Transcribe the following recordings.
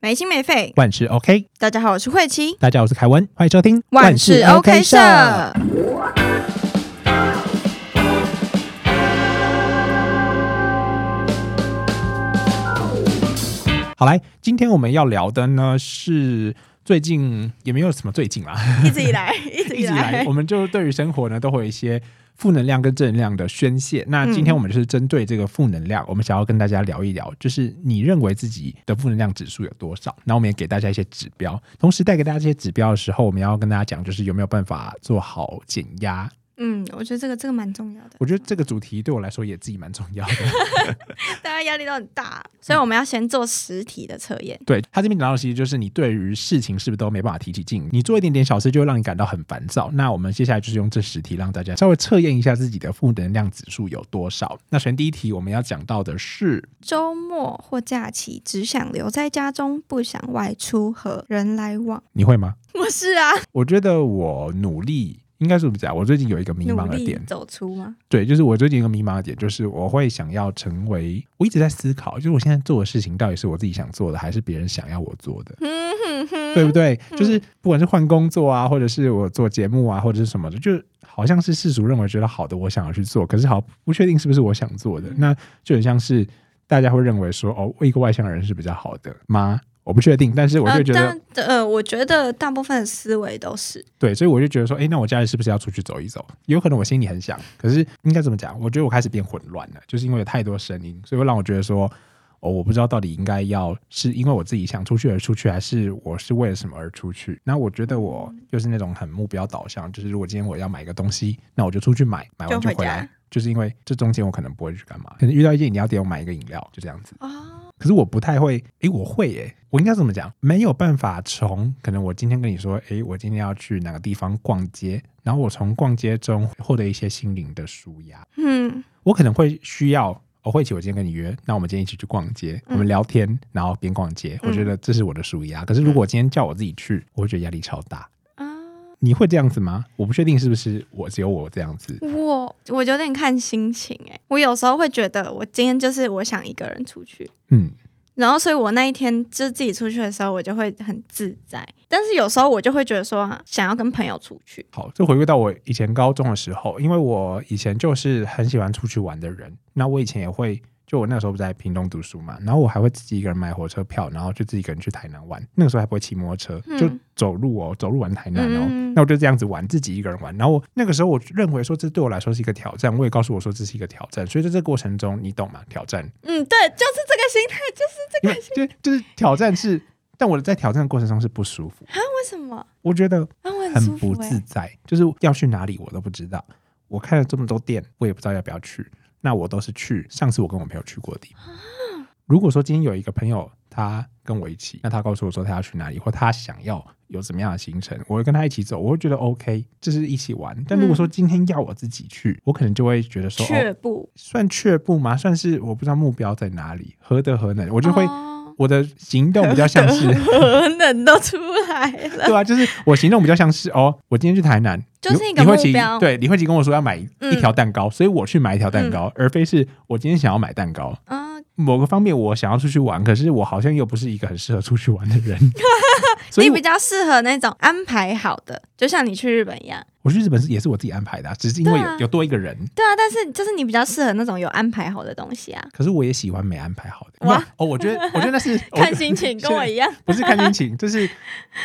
没心没肺。万事 OK，大家好，我是慧琪，大家好，我是凯文，欢迎收听万事 OK 社。好，来，今天我们要聊的呢是最近也没有什么最 近啦，一直以来，一直一以直以来 来我，们就对于生活呢都会有一些负能量跟正能量的宣泄。那今天我们就是针对这个负能量，我们想要跟大家聊一聊，就是你认为自己的负能量指数有多少？那我们也给大家一些指标，同时带给大家这些指标的时候，我们要跟大家讲，就是有没有办法做好减压。嗯，我觉得这个这个蛮重要的，我觉得这个主题对我来说也自己蛮重要的。 大家压力都很大，所以我们要先做实体的测验。对他这边讲到，其实就是你对于事情是不是都没办法提起劲，你做一点点小事就会让你感到很烦躁。那我们接下来就是用这十题让大家稍微测验一下自己的负能量指数有多少。那首先第一题我们要讲到的是，周末或假期只想留在家中，不想外出和人来往。你会吗？我是啊，我觉得我努力。应该是不是这啊样？我最近有一个迷努茫的力点，走出吗？对，就是我最近有一个迷茫的点，就是我会想要成为，我一直在思考，就是我现在做的事情到底是我自己想做的，还是别人想要我做的？嗯哼哼，对不对？就是不管是换工作啊，或者是我做节目啊，或者是什么的，就好像是世俗认为觉得好的，我想要去做，可是好不确定是不是我想做嗯的，那就很像是大家会认为说，哦，一个外向人是比较好的吗？我不确定，但是我就觉得、呃但呃，我觉得大部分的思维都是，对，所以我就觉得说，哎，那我家里是不是要出去走一走？有可能我心里很想，可是应该怎么讲？我觉得我开始变混乱了，就是因为有太多声音，所以会让我觉得说，哦，我不知道到底应该要是因为我自己想出去而出去，还是我是为了什么而出去？那我觉得我就是那种很目标导向，就是如果今天我要买一个东西，那我就出去买，买完就就回回来家。就是因为这中间我可能不会去干嘛，可能遇到一件饮料店，我买一个饮料，就这样子。哦可是我不太会，诶，我会耶，我应该怎么讲？没有办法从可能我今天跟你说，诶，我今天要去哪个地方逛街，然后我从逛街中获得一些心灵的舒压，嗯，我可能会需要。我会起，我今天跟你约，那我们今天一起去逛街，我们聊天，然后边逛街，我觉得这是我的舒压。可是如果我今天叫我自己去，我会觉得压力超大。啊，你会这样子吗？我不确定是不是我只有我这样子。我我有点看心情哎、我有时候会觉得我今天就是我想一个人出去，嗯，然后所以我那一天就自己出去的时候，我就会很自在，但是有时候我就会觉得说啊想要跟朋友出去，好，这回归到我以前高中的时候，因为我以前就是很喜欢出去玩的人，那我以前也会。就我那时候不是在屏东读书嘛，然后我还会自己一个人买火车票，然后就自己一个人去台南玩。那个时候还不会骑摩托车，嗯就走路哦，走路玩台南哦。嗯那我就这样子玩，自己一个人玩。然后我那个时候我认为说这对我来说是一个挑战，我也告诉我说这是一个挑战。所以在这个过程中，你懂吗？挑战，嗯，对，就是这个心态，就是因为就就是挑战是，但我在挑战的过程中是不舒服，啊为什么我觉得啊我很很舒不哦服哎、自在，就是要去哪里我都不知道。我看了这么多店，我也不知道要不要去。那我都是去上次我跟我朋友去过的地方。啊如果说今天有一个朋友他跟我一起，那他告诉我说他要去哪里，或他想要有怎么样的行程，我会跟他一起走，我会觉得 OK，这是一起玩。但如果说今天要我自己去，我可能就会觉得说，嗯却哦，步，算却步吗？算是我不知道目标在哪里，何德何能，我我。就会、我的行动比较像是核能哦都出来了， 对啊，就是我行动比较像是哦，我今天去台南，就是你一个你会目骑标对，李慧琪跟我说要买嗯一条蛋糕，所以我去买一条蛋糕，而非是我今天想要买蛋糕。啊，某个方面我想要出去玩，可是我好像又不是一个很适合出去玩的 人，所以你我比较适合那种安排好的，就像你去日本一样。我去日本是也是我自己安排的啊、只是因为有、对啊有多一个人，对啊，但是就是你比较适合那种有安排好的东西啊，可是我也喜欢没安排好的。因哇为哦，我觉得我觉得那是 看心情，跟我样。一样。不是看心情，就是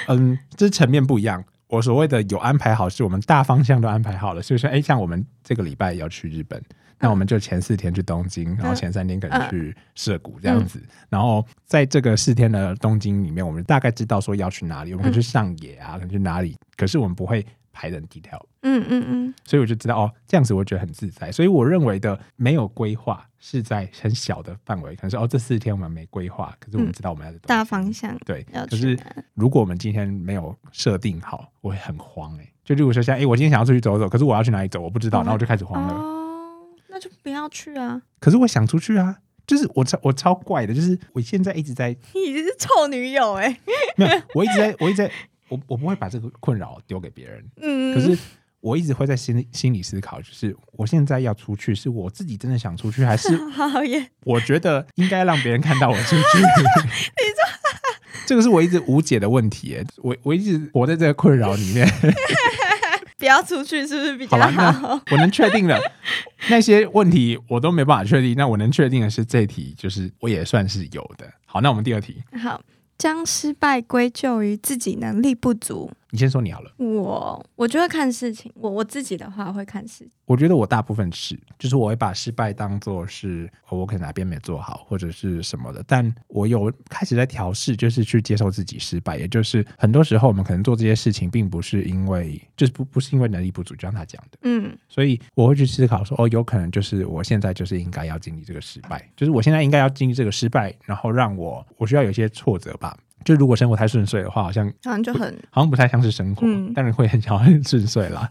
嗯，这层面不一样。我所谓的有安排好，是我们大方向都安排好了。所以说，哎，像我们这个礼拜要去日本，那我们就前四天去东京，然后前三天可能去涩谷这样子。然后在这个四天的东京里面，我们大概知道说要去哪里，我们可以去上野啊，可能去哪里，可是我们不会排的很 detail。嗯嗯嗯，所以我就知道哦，这样子我觉得很自在。所以我认为的没有规划是在很小的范围，可能是哦这四天我们没规划，可是我们嗯知道我们要的东西大方向对要，可去是哪如果我们今天没有设定好，我会很慌哎、就例如说像哎、诶我今天想要出去走走，可是我要去哪里走我不知道，嗯然后我就开始慌了。哦，那就不要去啊！ 可是我想出去啊，就是我超我超怪的，就是我现在一直在你是臭女友哎、没有，我一直在我 一直在我我不会把这个困扰丢给别人，嗯，可是我一直会在心里心里思考，就是我现在要出去是我自己真的想出去， 还是好耶， 我觉得应该让别人看到我出去？ 这个是我一直无解的问题耶，我我一直活在这个困扰里面。不要出去是不是比好较了，好？ 那我能确定的那些问题我都没办法确定，那我能确定的是这题就是我也算是有的。好，那我们第二题，好，将失败归咎于自己能力不足。你先说你好了。我我就会看事情，我我自己的话会看事情。我觉得我大部分是，就是我会把失败当做是、哦我可能哪边没做好或者是什么的，但我有开始在调试，就是去接受自己失败，也就是很多时候我们可能做这些事情，并不是因为就是不不是因为能力不足，就像他讲的，嗯，所以我会去思考说，哦，有可能就是我现在就是应该要经历这个失败，就是我现在应该要经历这个失败，然后让我我需要有一些挫折吧。就如果生活太顺遂的话，好像好像就 很。好像不太像是生活，嗯当然会很想要很顺遂啦。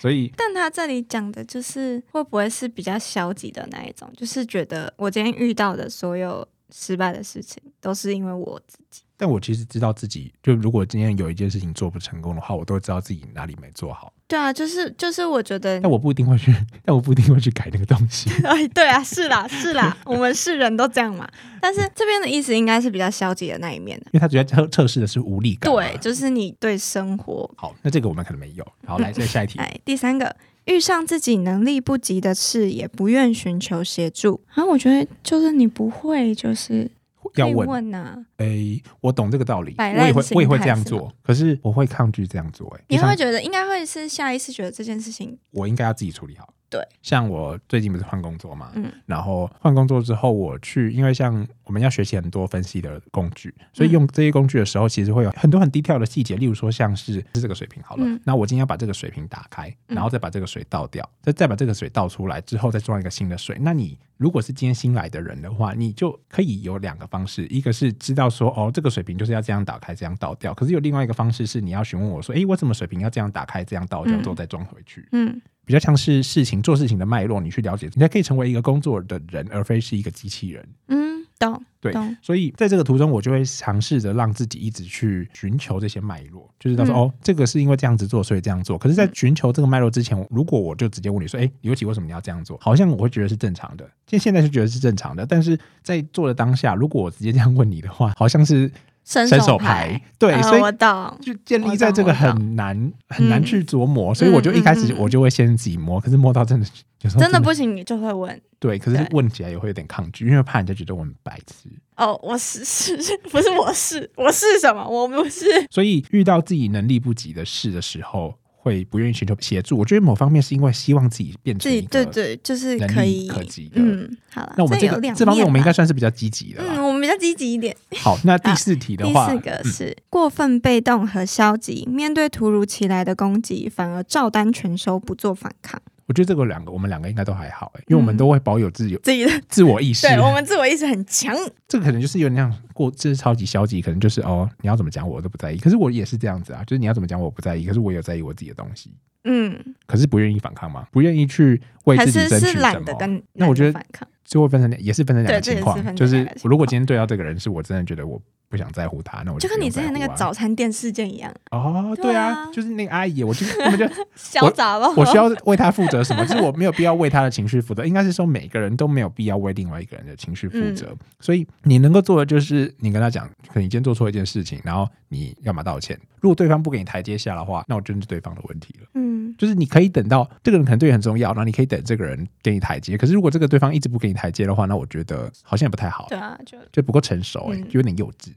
所以但他这里讲的就是会不会是比较消极的那一种，就是觉得我今天遇到的所有失败的事情都是因为我自己。但我其实知道自己，就如果今天有一件事情做不成功的话，我都知道自己哪里没做好，对啊，就是就是，我觉得但我不一定会去， 但我不一定会去改那个东西。哎，对啊，是啦，是啦，我们是人都这样嘛。但是这边的意思应该是比较消极的那一面的。因为他主要测测试的是无力感嘛。对，就是你对生活。好，那这个我们可能没有。好，来，再下一题。哎，第三个，遇上自己能力不及的事，也不愿寻求协助。然、啊、后我觉得就是你不会，就是要可以问，问啊呐、哎，我懂这个道理，摆我烂也会心态我也会这样是做，可是我会抗拒这样做、哎，你就会像觉得应该会是下意识觉得这件事情，我应该要自己处理好。对，像我最近不是换工作嘛，嗯然后换工作之后，我去，因为像我们要学习很多分析的工具，嗯所以用这些工具的时候，其实会有很多很低调的细节，例如说像是是这个水瓶好了，嗯那我今天要把这个水瓶打开，嗯然后再把这个水倒掉，再再把这个水倒出来之后，再装一个新的水。那你如果是今天新来的人的话，你就可以有两个方式，一个是知道说哦，这个水瓶就是要这样打开，这样倒掉。可是有另外一个方式是，你要询问我说，诶，为什么水瓶要这样打开，这样倒掉，嗯之后再装回去？嗯比较像是事情做事情的脉络，你去了解，你才可以成为一个工作的人，而非是一个机器人。嗯，懂对懂，所以在这个途中，我就会尝试着让自己一直去寻求这些脉络，就是到说、嗯哦，这个是因为这样子做，所以这样做。可是，在寻求这哎个脉络之前，如果我就直接问你说，哎、尤其为什么你要这样做？好像我会觉得是正常的，现现在是觉得是正常的，但是在做的当下，如果我直接这样问你的话，好像是伸伸手手牌，对，呃所以我懂，就建立在这个我很难很难去琢磨，所以我就一开始嗯嗯嗯嗯我就会先自己摸，可是摸到真的有时候真的不行，你就会问。对，可是对问起来也会有点抗拒，因为怕人家觉得我们白痴。哦，我是是，不是我是我是什么？我不是。所以遇到自己能力不及的事的时候，会不愿意寻求协助。我觉得某方面是因为希望自己变自成一己个对对，就是能可力以可及的。嗯，好了，那我们这有个两这方面，我们应吧该算是比较积极的啦。嗯，我们比较积极一点。好，那第四题 的第话，嗯四个是、过分被动和消极，面对突如其来的攻击，反而照单全收，不做反抗。我觉得这个两个我们两个应该都还好、欸，因为我们嗯都会保有自由、自己的，自我意识。对我们自我意识很强。这个可能就是有点像过，这是超级消极，可能就是哦，你要怎么讲我都不在意。可是我也是这样子啊，就是你要怎么讲我不在意，可是我有在意我自己的东西，嗯，可是不愿意反抗吗？不愿意去为还自己是争取是什懒得么？跟那我觉得懒反抗。就会分成两也是分成两个对这也情是况，分成就是两个情我况如果今天对到这个人是我真的觉得我不想在乎他，那我就跟不你用之在前那个乎啊早餐店事件一样，哦，对对啊啊，就是那个阿姨，我就根本就潇洒 吧我需要为他负责什么？就是我没有必要为他的情绪负责，应该是说每个人都没有必要为另外一个人的情绪负责。所以你能够做的就是，你跟他讲，可能你今天做错一件事情，然后你要么道歉。如果对方不给你台阶下的话，那我真的是对方的问题了。嗯就是你可以等到这个人可能对你很重要，然后你可以等这个人给你台阶。可是如果这个对方一直不给你台阶的话，那我觉得好像也不太好，对啊，就就不够成熟、欸，嗯就有点幼稚。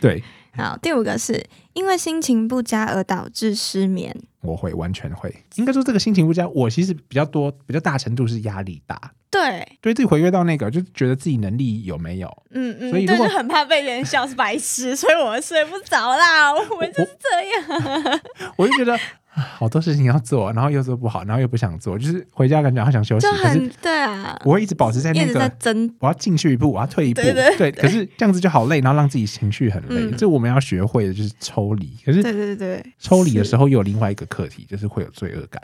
对，好。第五个是因为心情不佳而导致失眠。我会完全会，应该说这个心情不佳，我其实比较多、比较大程度是压力大。对，对自己回归到那个，就觉得自己能力有没有？嗯嗯，所以但如果是很怕被人笑是白痴，所以我们睡不着 啦。我们就是这样。我就觉得啊好多事情要做，然后又做不好，然后又不想做，就是回家感觉好想休息，就可是很对啊，我会一直保持在一那直在个。争，我要进去一步，我要退一步，对对可是这样子就好累，然后让自己情绪很累。嗯这我们要学会的就是抽离，可是对对对抽离的时候又有另外一个课题，就是会有罪恶感。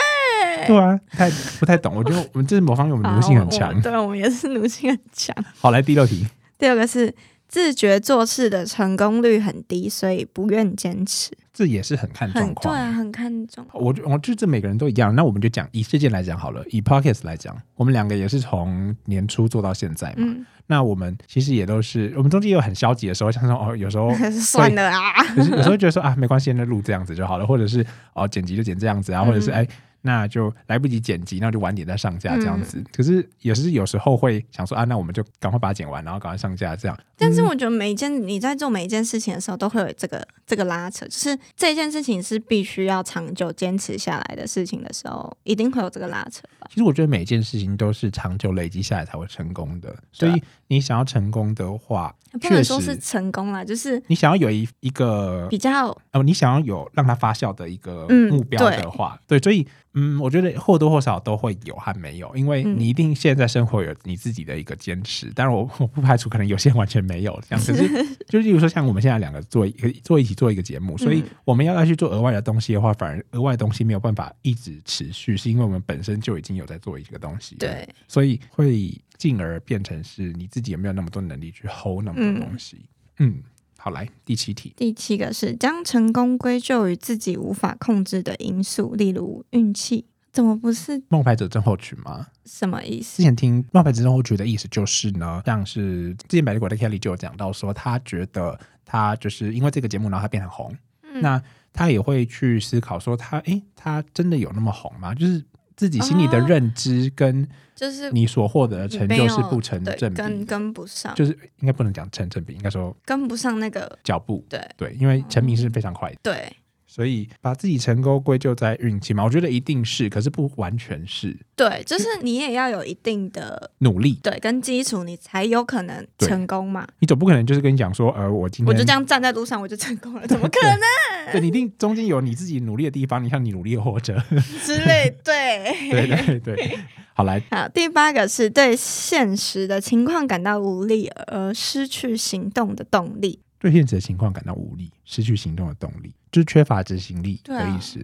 对对啊，不太不太懂。我觉得我们这是某方面我们好奴性很哎啊我强。对我们也是奴性很强。好，来第六题，第二个是自觉做事的成功率很低，所以不愿坚持。这也是很看状很对况。啊，很看重。我觉我觉得这每个人都一样。那我们就讲以事件来讲好了，以 Pockets 来讲，我们两个也是从年初做到现在嘛。嗯，那我们其实也都是，我们中间也有很消极的时候，像说哦，有时候可 是算了啊，可是有时候觉得说啊，没关系，那录这样子就好了，或者是哦，剪辑就剪这样子啊，或者是嗯哎，那就来不及剪辑，那就晚点再上架这样子。嗯可是也是有时候会想说啊，那我们就赶快把它剪完，然后赶快上架这样。但是我觉得每一件你在做每一件事情的时候，都会有这个这个拉扯，就是这件事情是必须要长久坚持下来的事情的时候，一定会有这个拉扯吧。其实我觉得每一件事情都是长久累积下来才会成功的，所对啊以你想要成功的话，不确能说是实成功啦，就是你想要有一一个比较哦，你想要有让它发酵的一个嗯目标的话，对，所以嗯，我觉得或多或少都会有和没有，因为嗯你一定现在生活有你自己的一个坚持。当然我， 我不排除可能有些人完全没有这样， 可是就例如说像我们现在两个做一个做一起做一个节目，所以嗯我们要要去做额外的东西的话，反而额外的东西没有办法一直持续，是因为我们本身就已经有在做一个东西，，对，所以会进而变成是你自己有没有那么多能力去 hold 那么嗯多东西。嗯好来第七题。第七个是将成功归咎于自己无法控制的因素，例如运气。怎么不是冒牌者症候群吗？什么意之思？前听冒牌之后，我觉得意思就是呢，像是之前百灵果的 Kelly 就有讲到说，他觉得他就是因为这个节目，然后他变很红，嗯那他也会去思考说他，诶，他真的有那么红吗？就是自己心里的认知跟就是你所获得的成就没是有不成哦对正比跟的，跟不上，就是应该不能讲成正比，应该说跟不上那个脚步。对对，因为成名嗯是非常快的，对所以把自己成功归咎在运气嘛，我觉得一定是，可是不完全是对，就是你也要有一定的努力。对跟基础，你才有可能对成功嘛。你总不可能就是跟你讲说，呃，我今天我就 这样站在路上，我就成功了，怎么可能啊对，你一定中间有你自己努力的地方，你像你努力地活着，之类？对。 对对对。 好来，好，第八个是对现实的情况感到无力而失去行动的动力。对现实的情况感到无力，失去行动的动力，就是缺乏执行力对的啊意思。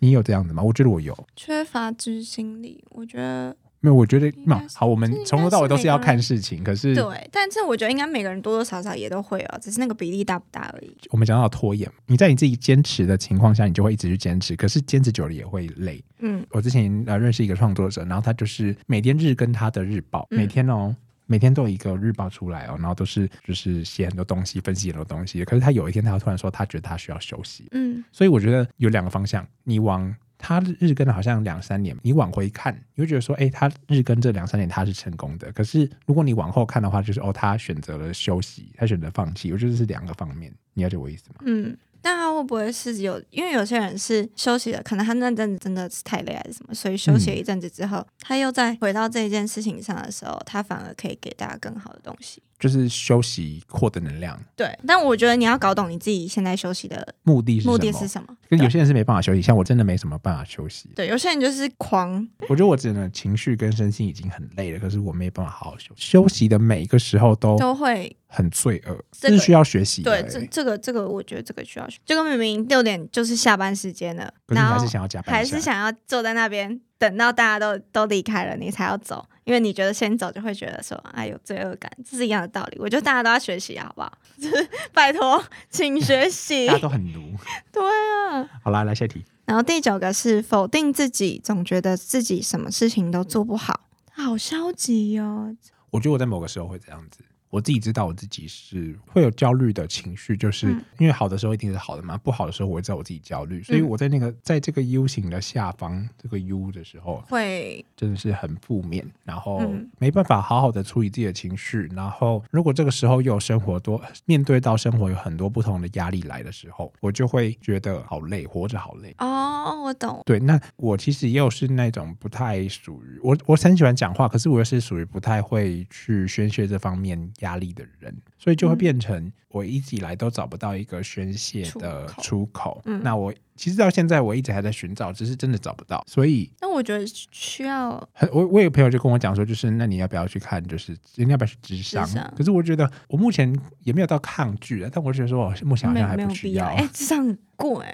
你有这样的吗？我觉得我有，缺乏执行力，我觉得没有，我觉得应该嘛，是好，我们啊这应该从头到尾是都每是要个看人事情，可是对，但是我觉得应该每个人多多少少也都会啊有，只是那个比例大不大而已。我们讲到拖延，你在你自己坚持的情况下，你就会一直去坚持，可是坚持久了也会累。嗯我之前呃认识一个创作者，然后他就是每天日更他的日报，嗯每天哦。每天都有一个日报出来哦，然后都是就是写很多东西，分析很多东西。可是他有一天，他突然说他觉得他需要休息，嗯，所以我觉得有两个方向，你往他日更好像两三年，你往回看，你会觉得说，哎，他日更这两三年他是成功的。可是如果你往后看的话，就是哦，他选择了休息，他选择放弃。我觉得这是两个方面，你了解我意思吗？嗯，但他会不会是有？因为有些人是休息了，可能他那阵子真的是太累还是什么，所以休息了一阵子之后，他又再回到这一件事情上的时候，他反而可以给大家更好的东西。就是休息获得能量，对，但我觉得你要搞懂你自己现在休息的目的是什么？目的是什么。跟有对啊些人是没办法休息，像我真的没什么办法休息。对，有些人就是狂，我觉得我真的情绪跟身心已经很累了，可是我没有办法好好休息。休息的每一个时候都都会很罪恶，这个是需要学习的、对欸。这这个这个，我觉得这个需要学。这个明明六点就是下班时间了，可是你然还后是想要加班还一下，是想要坐在那边等到大家都都离开了，你才要走，因为你觉得先走就会觉得说，哎，有罪恶感，这是一样的道理。我觉得大家都要学习，好不好？ 就是拜托，请学习 大家。都很奴。 对啊。好啦，来下一题。然后第九个是否定自己，总觉得自己什么事情都做不好，好消极哦。我觉得我在某个时候会这样子。我自己知道我自己是会有焦虑的情绪，就是嗯因为好的时候一定是好的嘛，不好的时候我会知道我自己焦虑，所以嗯我在那个在这个 U 型的下方这个 U 的时候，会，真的是很负面，然后嗯没办法好好的处理自己的情绪，然后如果这个时候又有生活多面对到生活有很多不同的压力来的时候，我就会觉得好累，活着好累。哦，我懂，对，那我其实又是那种不太属于我，我很喜欢讲话，可是我又是属于不太会去宣泄这方面压力的人，所以就会嗯变成我一直以来都找不到一个宣泄的出口出口。嗯那我其实到现在我一直还在寻找，只是真的找不到，所以但我觉得需要很我我有朋友就跟我讲说，就是那你要不要去看，就是你要不要去智商？商可是我觉得我目前也没有到抗拒啊，但我觉得说我目前好没像有还没有不必需要， 哎，智商很贵，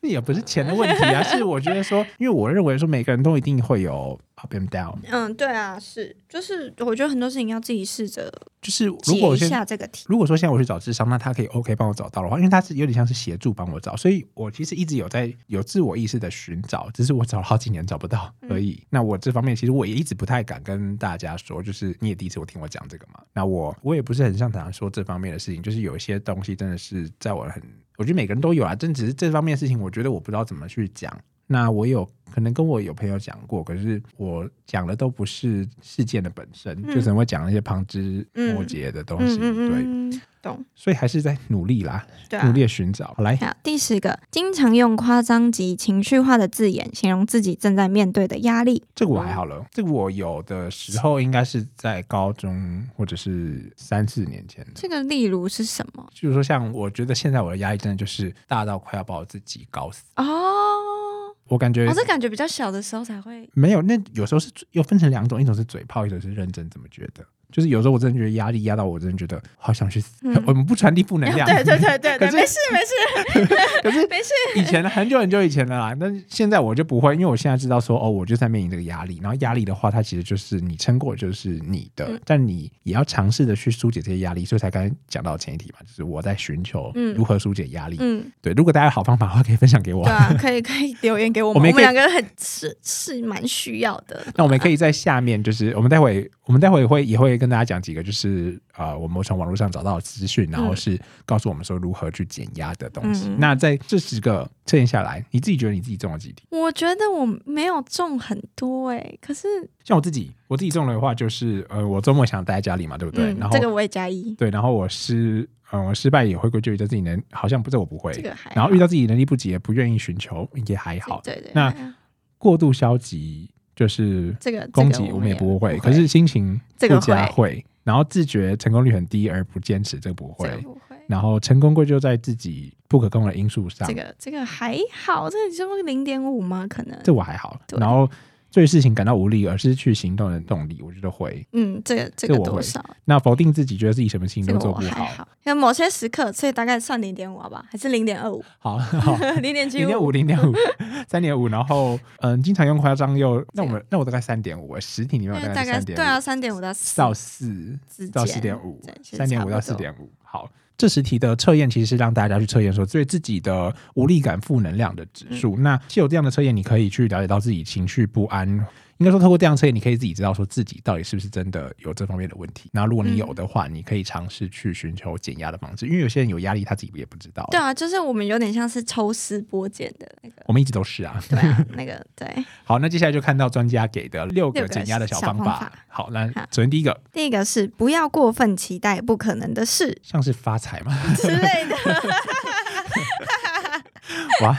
那也不是钱的问题啊，是我觉得说，因为我认为说每个人都一定会有 up and down。嗯，对啊，是，就是我觉得很多事情要自己试着就是如解果我一现下这个题。如果说现在我去找智商，那他可以 OK 帮我找到的话，因为他是有点像是协助帮我找，所以我其实一直有在有自我意识的寻找，只是我找了好几年找不到嗯而已。那我这方面其实我也一直不太敢跟大家说，就是你也第一次我听我讲这个嘛，那我我也不是很擅长说这方面的事情，就是有一些东西真的是在我很，我觉得每个人都有啊，真只是这方面的事情，我觉得我不知道怎么去讲。那我有可能跟我有朋友讲过，可是我讲的都不是事件的本身，就可能会讲那些旁枝末节的东嗯西。嗯对，嗯嗯，懂，所以还是在努力啦，对努啊。力地寻找。好来，好，第十个，经常用夸张及情绪化的字眼形容自己正在面对的压力。这个我还好了，这个我有的时候应该是在高中或者是三四年前的。这个例如是什么？就是说，像我觉得现在我的压力真的就是大到快要把我自己搞死，哦，我感觉我、这感觉比较小的时候才会，没有。那有时候是又分成两种，一种是嘴炮，一种是认真这么觉得。就是有时候我真的觉得压力压到我，真的觉得好想去死。嗯 我们不传递负能 量，对对对对 对，可是没事没事， 可是 没事，以前的很久很久以前的啦，但是现在我就不会，因为我现在知道说，哦，我就在面临这个压力。然后压力的话，它其实就是你撑过就是你的，嗯但你也要尝试的去疏解这些压力。所以才刚才讲到前一题嘛，就是我在寻求嗯如何疏解压力。嗯，对，如果大家有好方法的话，可以分享给我对。啊，可以可以留言给我我们，们我们也可以两个很是是蛮需要的。 那我们可以在下面，就是我们待会，我们待会会也会跟大家讲几个，就是呃，我们从网络上找到的资讯，然后是告诉我们说如何去减压的东西。嗯那在这十个测验下来，你自己觉得你自己中了几题？我觉得我没有中很多哎、欸可是像我自己，我自己中了的话，就是呃，我周末想待在家里嘛，对不对？嗯然，后、这个我也加一，对，然后我失，嗯、我失败也会归咎于在自己能，好像不这我不会。这个还好然后遇到自己能力不及，也不愿意寻求，也还好。对对，那对过度消极就是这个攻这击，个我我们们也也不会。不可会是心情这个不佳会会，然后自觉成功率很低而不坚持，这个不这个会。不会，然后成功归咎在自己不可控的因素上，这个这个还好，这个是不是零点五吗？可能这我还好。对然后对事情感到无力而失去行动的动力，我觉得会。嗯，这个这这个我会多少？那否定自己，觉得自己什么事情这都个做我不还好，好，因为某些时刻，所以大概算零点五好吧，还是零点二五， 好好，零点七零点五，零点五，三点五，然后嗯，经常用夸张又，那我们那我大概三点五，实体里因面为我大概三对点啊，三点五到四到四之到间四点五对，其实三点差五不到四多点五，好。这十题的测验其实是让大家去测验说对自己的无力感、负能量的指嗯数。那既有这样的测验，你可以去了解到自己情绪不安。应该说，透过这样的测验，你可以自己知道说自己到底是不是真的有这方面的问题。那如果你嗯有的话，你可以尝试去寻求减压的方式，因为有些人有压力，他自己也不知道。对啊，就是我们有点像是抽丝剥茧的那个，我们一直都是啊。对 啊，那个对。好，那接下来就看到专家给的六个六个减压的小方法。小方法好，那好首先第一个第一个是不要过分期待不可能的 事像是发财嘛， 之类的， 哇，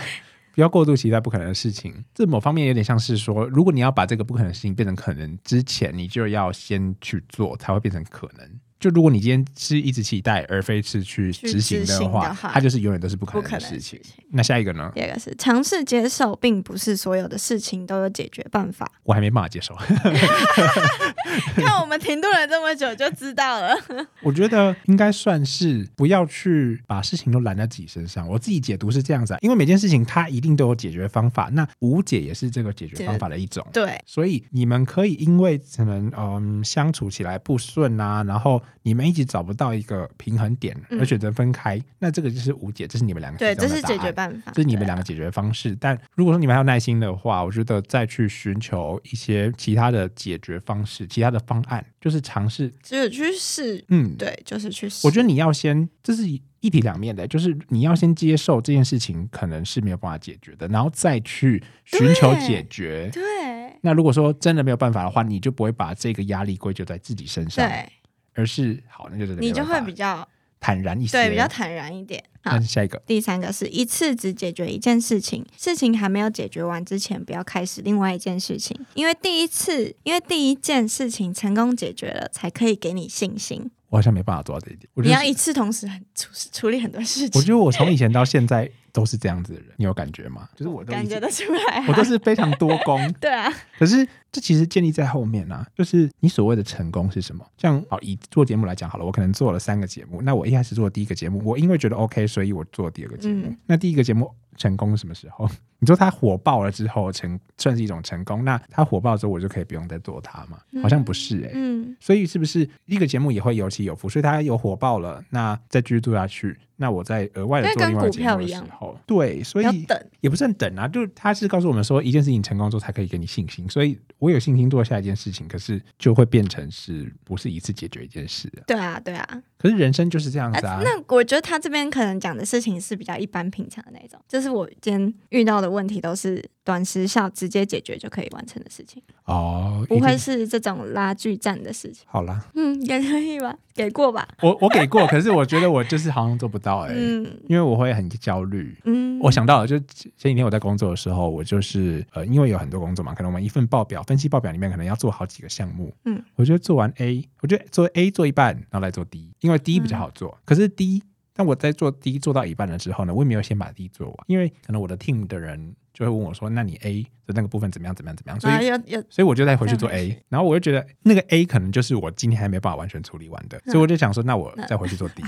不要过度期待不可能的事情。这某方面有点像是说，如果你要把这个不可能的事情变成可能之前，你就要先去做，才会变成可能。就如果你今天是一直期待，而非是去去执行执行的的话，话它就是永远都是不可不能可的能事的情事。情。那下一个呢？第二个是尝试接受，并不是所有的事情都有解决办法。我还没办法接受。 看我们停顿了这么久就知道了。我觉得应该算是不要去把事情都揽在自己身上。我自己解读是这样子、啊，因为每件事情它一定都有解决方法，那无解也是这个解决方法的一种。 对，所以你们可以因为可能嗯相处起来不顺啊，然后你们一直找不到一个平衡点嗯而选择分开，那这个就是无解，这是你们两个对，其中这的是解答案决办法。这是你们对啊两个解决方式。但如果说你们还有耐心的话，我觉得再去寻求一些其他的解决方式、其他的方案，就是尝试。只有去试，嗯，对，就是去试。我觉得你要先，这是一体两面的，就是你要先接受这件事情可能是没有办法解决的，然后再去寻求解决。对那如果说真的没有办法的话，你就不会把这个压力归咎在自己身上，对，而是好，那就真的你没就办会法比较坦然一些。对比较坦然一点。好那，下一个，第三个是一次只解决一件事情，事情还没有解决完之前，不要开始另外一件事情，因为第一次，因为第一件事情成功解决了，才可以给你信心。我好像没办法做到这一点。我觉你得要一次同时很处处理很多事我情，觉得我从以前 到现在都是这样子的人，你有感觉吗？就是我都已感觉经得出来、啊。我都是非常 多功，对啊，可是这其实建立在后面啊，就是你所谓的成功是什么？像好以做节目来讲好了，我可能做了三个节目，那我一开始做的第一个节目，我因为觉得 OK，所以我做第二个节目。嗯那第一个节目成功是什么时候？你说它火爆了之后成算是一种成功，那它火爆之后我就可以不用再做它吗？好像不是诶、嗯，所以是不是一个节目也会有起有伏？所以它有火爆了，那再继续做下去，那我再额外的那做跟另外一个股节目票的一时样候，对，所要以等，也不是很等啊，就是它是告诉我们说一件事情成功之后才可以给你信心，所以我有信心做下一件事情，可是就会变成是不是一次解决一件事啊、对啊，对啊。可是人生就是这样哎子啊，那我觉得他这边可能讲的事情是比较一般平常的那种，就是我今天遇到的问题都是短时效直接解决就可以完成的事情，哦，不一会定是这种拉锯战的事情。好啦，嗯，也可以吧，给过吧。我我给过，可是我觉得我就是好像做不到哎、嗯因为我会很焦虑。嗯，我想到了，就前几天我在工作的时候，我就是呃，因为有很多工作嘛，可能我们一份报表、分析报表里面可能要做好几个项目。嗯，我觉得做完 A，我觉得做 A 做一半，然后来做 D，因为 D 比较好做。可是 D，当我在做 D 做到一半了之后呢，我也没有先把 D 做完，因为可能我的 team 的人就会问我说：“那你 A 的那个部分怎么样？怎么样？怎么样？”所然后以。又又所以我就再回去做再回 A，然后我就觉得那个 A 可能就是我今天还没办法完全处理完的，所以我就想说，那我再回去做 D。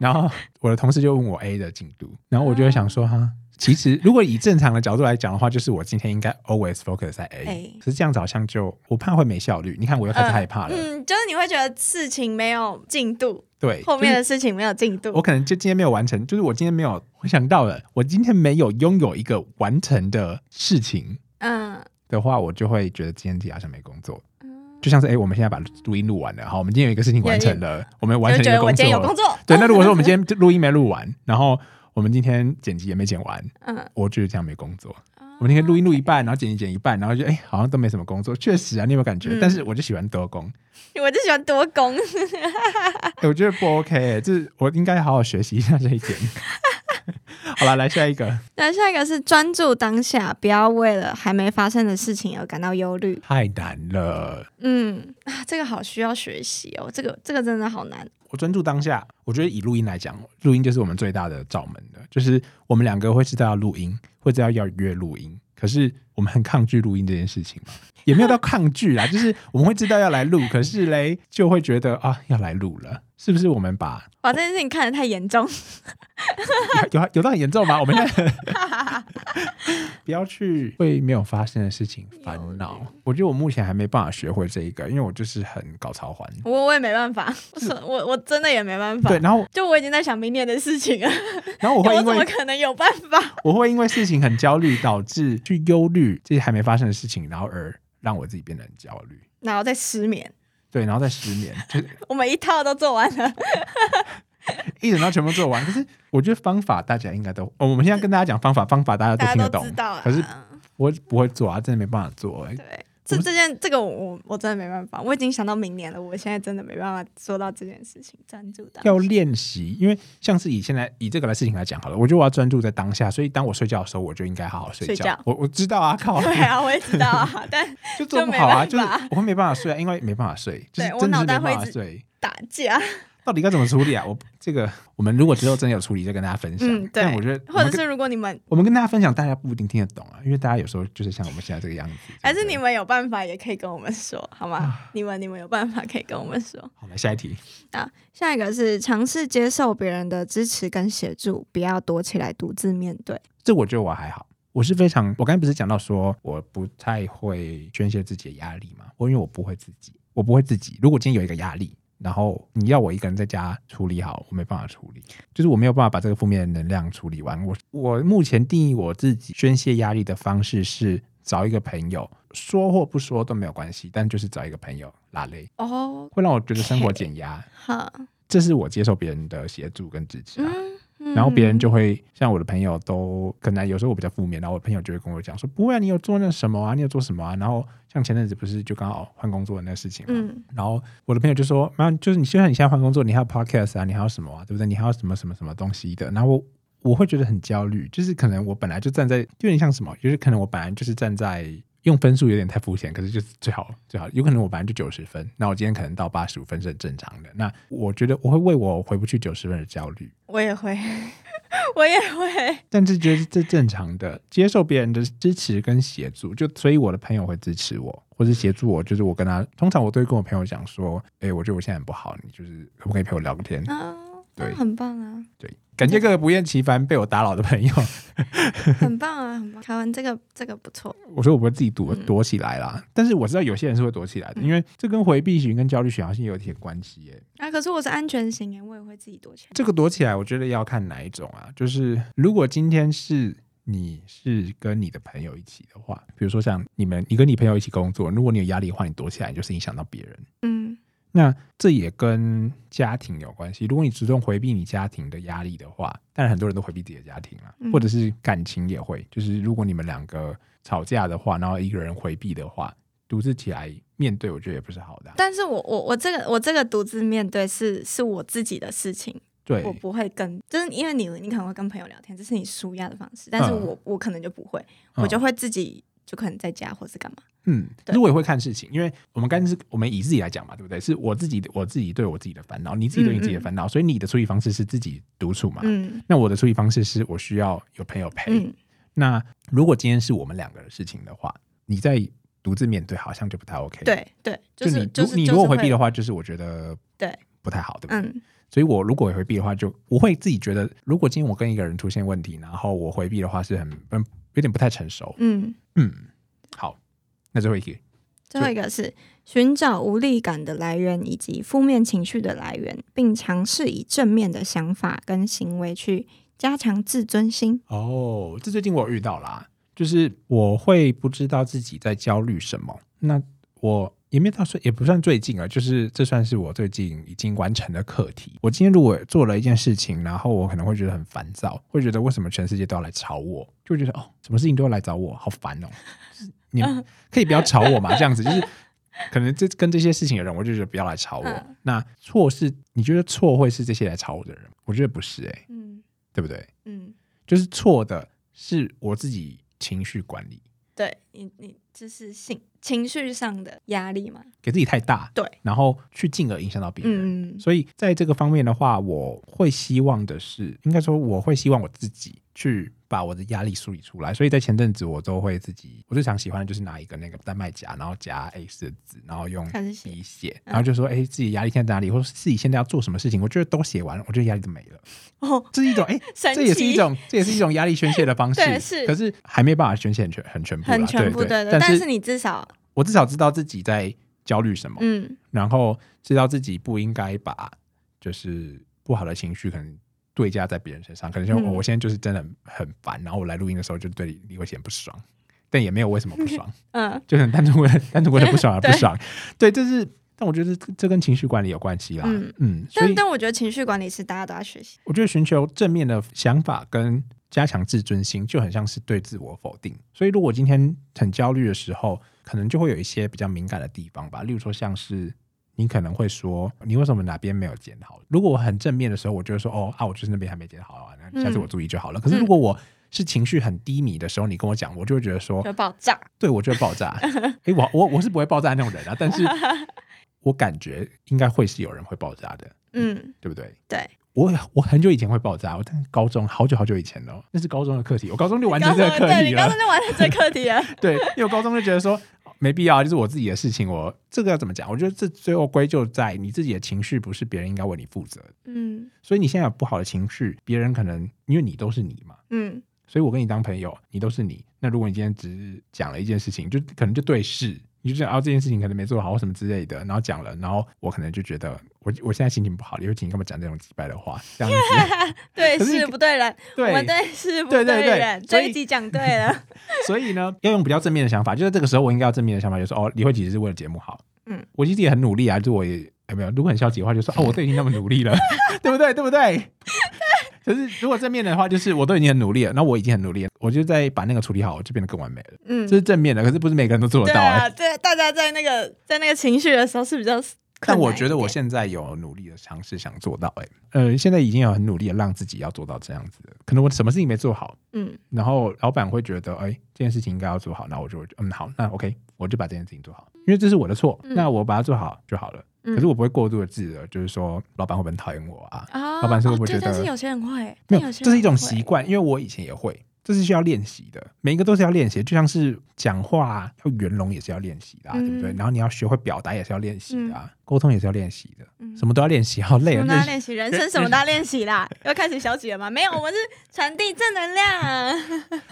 然后我的同事就问我 A 的进度，然后我就会想说，哈，其实如果以正常的角度来讲的话，就是我今天应该 always focus 在 A， A 可是这样子好像就我怕会没效率。你看我又开始害怕了，嗯，就是你会觉得事情没有进度，对， 后面就是的事情没有进度我。可能就今天没有完成，就是我今天没有，我想到了，我今天没有拥有一个完成的事情嗯的话，我就会觉得今天自己好像没工作。嗯，就像是哎、诶我们现在把录音录完了，好，我们今天有一个事情完 成了，我们完就成一觉个得我工今天作。有工作。对，那如果说我们今天录音没录完，然后我们今天剪辑也没剪完，嗯，我觉得这样没工作。啊我们今天录音录一半，然后剪辑剪一半，然后就哎、诶好像都没什么工作。确实啊，你有没有感觉？嗯但是我就喜欢 多工，我就喜欢多工。 诶我觉得不 OK，、欸、就是我应该好好学习一下这一点。 好了，来下一个。那下一个是专注当下，不要为了还没发生的事情而感到忧虑。太难了。嗯啊，这个好需要学习哦，这个这个真的好难。我专注当下，我觉得以录音来讲，录音就是我们最大的罩门的，就是我们两个会知道要录音，会知道要约录音，可是我们很抗拒录音这件事情嘛，也没有到抗拒啦，就是我们会知道要来录，可是嘞就会觉得啊要来录了，是不是我们把把这件事情看得太严重，有有有到很严重吗？我们现 在 不要去为没有发生的事情烦恼。我觉得我目前还没办法学会这一个，因为我就是很搞潮环。我我也没办法，我说我我真的也没办法对，。然后就我已经在想明年的事情了，然后我我会因怎为么可能有办法？我会因为事情很焦虑，导致去忧虑这些还没发生的事情，然后而让我自己变得很焦虑，然后再失眠，对，然后再失眠，就是 我们一套都做完了。一整套全部做完。可是我觉得方法大家应该都，哦我们现在跟大家讲方法，方法大家大都家听得都知懂，道了。可是我不会做啊，真的没办法做、欸。对，这这件这个我我我真的没办法，我已经想到明年了，我现在真的没办法做到这件事情，专注到。要练习，因为像是以现在以这个来事情来讲好了，我觉得我要专注在当下，所以当我睡觉的时候，我就应该好好睡觉。睡觉我我知道啊， 靠， 对啊，我也知道啊，但就做不好啊，就就没是办法我会没办法睡啊，因为没办法睡，就是对我真的脑是没袋办会一法直睡。打架，到底该怎么处理啊？我 这个，我们如果之后真的有处理，再跟大家分享。嗯，但对，我觉得我或们者跟，是如果你 们我们跟大家分享，大家不一定听得懂啊，因为大家有时候就是像我们现在这个样子。还是对不对你们有办法，也可以跟我们说，好吗？啊你们你们有办法可以跟我们说。好，来下一题。啊，下一个是尝试接受别人的支持跟协助，不要躲起来独自面对。这我觉得我还好，我是非常，我刚才不是讲到说我不太会宣泄自己的压力嘛，我因为我不会自己，我不会自己。如果今天有一个压力，然后你要我一个人在家处理好，我没办法处理，就是我没有办法把这个负面的能量处理完。我我目前定义我自己宣泄压力的方式是找一个朋友，说或不说都没有关系，但就是找一个朋友拉累，哦，会让我觉得生活减压。好，这是我接受别人的协助跟支持啊。嗯，嗯然后别人就会像我的朋友都可能有时候我比较负面，然后我的朋友就会跟我讲说不会啊，你有做那什么啊，你有做什么啊？然后像前阵子不是就刚好换工作的那个事情嘛，嗯然后我的朋友就说妈，就是你就算你现在换工作，你还有 podcast 啊，你还有什么啊，对不对？你还有什么什么什么东西的？然后我我会觉得很焦虑，就是可能我本来就站在有点像什么，就是可能我本来就是站在。用分数有点太肤浅，可是就是最好最好，有可能我本来就九十分，那我今天可能到八十五分是很正常的。那我觉得我会为我回不去九十分的焦虑，我也会， 我也会，但是觉得这正常的，接受别人的支持跟协助，就所以我的朋友会支持我，或是协助我，就是我跟他，通常我都会跟我朋友讲说，哎、我觉得我现在很不好，你就是可不可以陪我聊个天？嗯，对那很棒啊。对，感谢各个不厌其烦被我打扰的朋友。很棒啊，很棒！台湾这个这个不错，我说我不会自己躲嗯躲起来啦，但是我知道有些人是会躲起来的，因为这跟回避型跟焦虑型好像有点关系耶、啊，可是我是安全型耶，我也会自己躲起来。这个躲起来，我觉得要看哪一种啊。就是如果今天是你是跟你的朋友一起的话，比如说像你们，你跟你朋友一起工作，如果你有压力的话，你躲起来，你就是影响到别人。嗯那这也跟家庭有关系。如果你主动回避你家庭的压力的话，当然很多人都回避自己的家庭了，嗯或者是感情也会。就是如果你们两个吵架的话，然后一个人回避的话，独自起来面对，我觉得也不是好的啊。但是我我我这个我这个独自面对是是我自己的事情，对我不会跟，就是因为你你可能会跟朋友聊天，这是你舒压的方式，但是嗯我、我可能就不会，嗯我就会自己就可能在家或是干嘛，嗯，对可是我也会看事情，因为我们刚是我们以自己来讲嘛，对不对？是我自己我自己对我自己的烦恼，你自己对你自己的烦恼，所以你的处理方式是自己独处嘛。嗯那我的处理方式是我需要有朋友陪。嗯，那如果今天是我们两个的事情的话，你在独自面对好像就不太 OK。，对对，就是你就是你就如果是回避会的话，就是我觉得对，不太好，对不对？嗯所以我如果回避的话就，我会自己觉得，如果今天我跟一个人出现问题，然后我回避的话是很嗯有点不太成熟。嗯，嗯，好，那最后一题，最后一个是寻找无力感的来源以及负面情绪的来源，并尝试以正面的想法跟行为去加强自尊心。哦，这最近我有遇到啦，就是我会不知道自己在焦虑什么。那我也没有到说，也不算最近啊，就是这算是我最近已经完成的课题。我今天如果做了一件事情，然后我可能会觉得很烦躁，会觉得为什么全世界都要来吵我，就会觉得哦，什么事情都要来找我，好烦哦。就是你们可以不要吵我嘛，这样子就是。可能这跟这些事情的人，我就觉得不要来吵我。嗯那错是你觉得错会是这些来吵我的人？我觉得不是诶、欸嗯对不对？嗯，就是错的是我自己情绪管理，对你你这是性情绪上的压力嘛？给自己太大，对，然后去进而影响到别人。嗯所以在这个方面的话，我会希望的是，应该说我会希望我自己去把我的压力梳理出来。所以在前阵子，我都会自己，我最常喜欢的就是拿一个那个丹麦夹，然后夹 A 4的纸，然后用开始写笔写，然后就说，哎、自己压力现在在哪里，或者是自己现在要做什么事情，我觉得都写完，我觉得压力就没了。哦，这是一种哎、 神奇这也是一种，这也是一种压力宣泄的方式。 对是可是还没办法宣泄很全很全部啦，很全部对对对的，但但是是你至少我至少知道自己在焦虑什么，嗯然后知道自己不应该把就是不好的情绪可能对加在别人身上。可能像我、嗯我现在就是真的很很烦，然后我来录音的时候就对李慧贤不爽，但也没有为什么不 爽，嗯就是单纯 为了单纯为了不爽而不爽。对，这是。但我觉得这这跟情绪管理有关系啦，嗯嗯所以但但我觉得情绪管理是大家都要学习。我觉得寻求正面的想法跟加强自尊心，就很像是对自我否定。所以，如果今天很焦虑的时候，可能就会有一些比较敏感的地方吧，例如说像是。你可能会说，你为什么哪边没有剪好？如果我很正面的时候，我就会说，哦啊，我就是那边还没剪好啊，那下次我注意就好了。可是如果我是情绪很低迷的时候，你跟我讲，我就会觉得说，就爆炸，对我就会爆炸。诶，我我我是不会爆炸那种人啊，但是我感觉应该会是有人会爆炸的，嗯，对不对？对，我我很久以前会爆炸，我但是高中好久好久以前了哦，那是高中的课题，我高中就完成这个课对题你刚了刚。就完成这课题了， 对，因为我高中就觉得说 没必要啊，就是我自己的事情，我这个要怎么讲？我觉得这最后归咎在你自己的情绪，不是别人应该为你负责的。 嗯所以你现在有不好的情绪，别人可能因为你都是你嘛，嗯所以我跟你当朋友，你都是你。那如果你今天只是讲了一件事情，就可能就对事，你就讲啊这件事情可能没做好或什么之类的，然后讲了，然后我可能就觉得我我现在心情不好，李慧琴你干嘛讲这种击败的话？这样子，对可是事不对人， 我对，们对事不对对对人，所这以一集讲对 了，所以呢，要用比较正面的想法，就是这个时候我应该要正面的想法，就是哦，李慧琪是为了节目好，嗯，我其实也很努力啊，就是我也哎没有，如果很消极的话，就 说哦，我都已经那么努力了， 对不对？对不对？ 可是如果正面的话，就是我都已经很努力了，那我已经很努力了，我就再把那个处理好，我就变得更完美了。嗯这，是正面的，可是不是每个人都做得对到哎、啊，对，大家在那个在那个情绪的时候是比较困难一点，但我觉得我现在有努力的尝试想做到、哎，呃，现在已经有很努力的让自己要做到这样子了，可能我什么事情没做好，嗯然后老板会觉得，哎，这件事情应该要做好，那我就会嗯好，那 OK，我就把这件事情做好，因为这是我的错，嗯那我把它做好就好了。嗯可是我不会过度的自责，就是说老板会不会很讨厌我啊？啊老板是会哦不会对觉但得是有些人会，没但有，些这是一人种会习惯，因为我以前也会，这是需要练习的，每一个都是要练习，就像是讲话要圆融也是要练习的、啊，对不对？嗯然后你要学会表达也是要练习的、啊，沟通也是要练习的，嗯什么都要练习，好累什啊！么都那要练习，人生什么都要练习啦。又开始小姐了吗？没有，我们是传递正能量、 啊。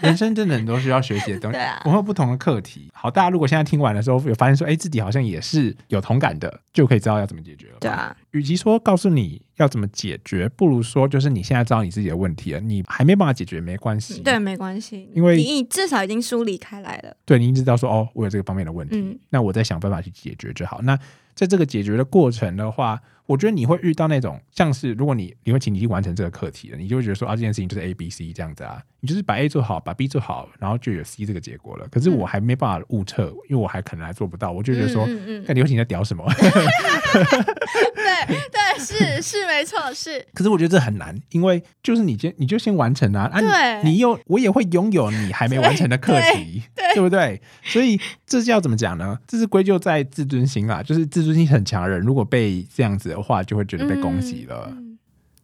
人生真的很多需要学习的东西，对啊我们有不同的课题。好，大家如果现在听完的时候有发现说，哎，自己好像也是有同感的，就可以知道要怎么解决了。对，啊，与其说告诉你要怎么解决，不如说就是你现在知道你自己的问题了，你还没办法解决没关系，对，没关系，因为你你至少已经梳理开来了。对，你一直知道说哦，我有这个方面的问题，嗯那我再想办法去解决就好。那在这个解决的过程的话，我觉得你会遇到那种像是如果你你会请你去完成这个课题了，你就会觉得说啊，这件事情就是 A、B、C 这样子啊，你就是把 A 做好，把 B 做好，然后就有 C 这个结果了。可是我还没办法物测，因为我还可能还做不到，我就觉得说，嗯嗯嗯那刘你在屌什么？对对，是是没错，是可是我觉得这很难，因为就是你先你就先完成啊，啊对你，你有我也会拥有你还没完成的课题，对不对？所以这是要怎么讲呢？这是归咎在自尊心啊，就是自尊心很强的人，如果被这样子的话，就会觉得被攻击了。嗯嗯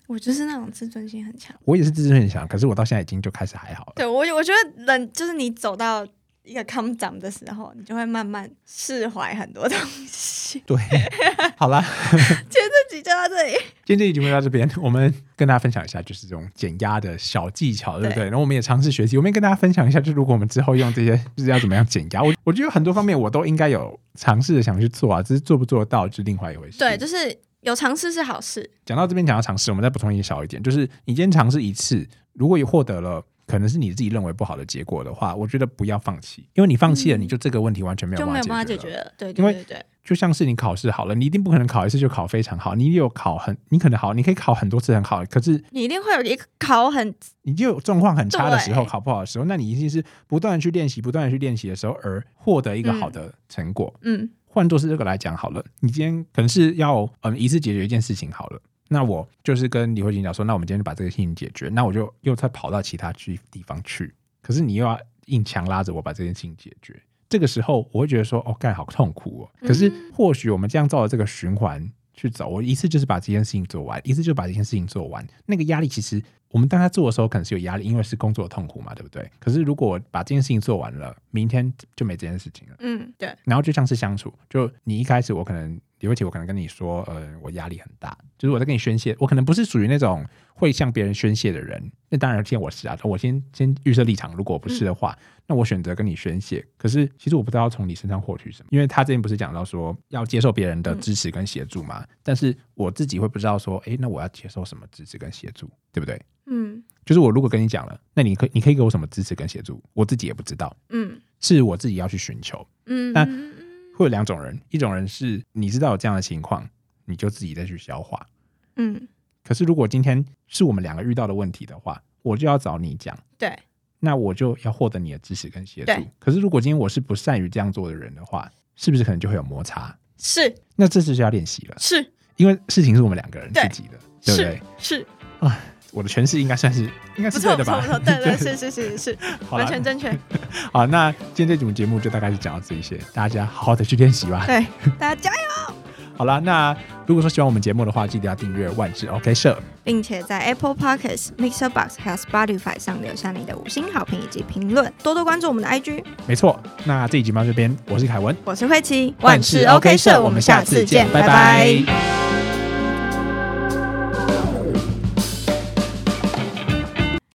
我就是那种自尊心很强。我也是自尊心很强，可是我到现在已经就开始还好了。对我，我觉得人就是你走到一个 calm down 的时候，你就会慢慢释怀很多东西。 对， 好啦，其实这集就到这里，今天这期节目就到这边， 我们跟大家分享一下就是这种减压的小技巧，对不对对？然后我们也尝试学习，我们也跟大家分享一下，就如果我们之后用这些，就是要怎么样减压。我我觉得很多方面我都应该有尝试着想去做啊，只是做不做得到就是另外一回事。对，就是有尝试是好事。讲到这边讲到尝试，我们再补充一小一点，就是你今天尝试一次，如果有获得了。可能是你自己认为不好的结果的话，我觉得不要放弃，因为你放弃了，嗯你就这个问题完全没有就没有办法解决了决了。对因为对对对，就像是你考试好了，你一定不可能考一次就考非常好，你有考很，你可能好，你可以考很多次很好，可是你一定会有一个考很你就有状况很差的时候，对考不好的时候，那你一定是不断的去练习，不断的去练习的时候，而获得一个好的成果。嗯换作是这个来讲好了，你今天可能是要嗯一次解决一件事情好了，那我就是跟李慧琴讲说，那我们今天就把这个事情解决，那我就又再跑到其他去地方去，可是你又要硬强拉着我把这件事情解决，这个时候我会觉得说，哦，干好痛苦哦。可是或许我们这样照着这个循环去走，我一次就是把这件事情做完，一次就把这件事情做完，那个压力其实。我们当他做的时候，可能是有压力，因为是工作的痛苦嘛，对不对？可是如果我把这件事情做完了，明天就没这件事情了。嗯，对，然后就像是相处，就你一开始我可能有问题，我可能跟你说，呃，我压力很大，就是我在跟你宣泄，我可能不是属于那种会向别人宣泄的人，那当然现在我是啊，我先先预设立场，如果我不是的话，那我选择跟你宣泄，可是其实我不知道从你身上获取什么，因为他之前不是讲到说要接受别人的支持跟协助嘛，但是我自己会不知道说，诶，那我要接受什么支持跟协助，对不对？嗯就是我如果跟你讲了，那你可你可以给我什么支持跟协助，我自己也不知道，嗯是我自己要去寻求。嗯，那嗯嗯会有两种人，一种人是你知道有这样的情况，你就自己再去消化。嗯，可是如果今天是我们两个遇到的问题的话，我就要找你讲，对，那我就要获得你的支持跟协助对。可是如果今天我是不善于这样做的人的话，是不是可能就会有摩擦？是那这次就要练习了，是因为事情是我们两个人自对己的，对不是对？是，我的诠释应该算是应该不是错不对的错吧？不错，对 对是是是是，好完了，全正确。好，那今天这组节目就大概是讲到这一些，大家好好的去练习吧。对，大家加油，好啦，那如果说喜欢我们节目的话，记得要订阅万智 OK 社。并且在 Apple Podcasts、Mixer Box 还有 Spotify 上留下你的五星好评以及评论，多多关注我们的 IG。没错，那这一集到这边，我是凯文，我是慧琪，万事 OK 社，我们下次见，拜拜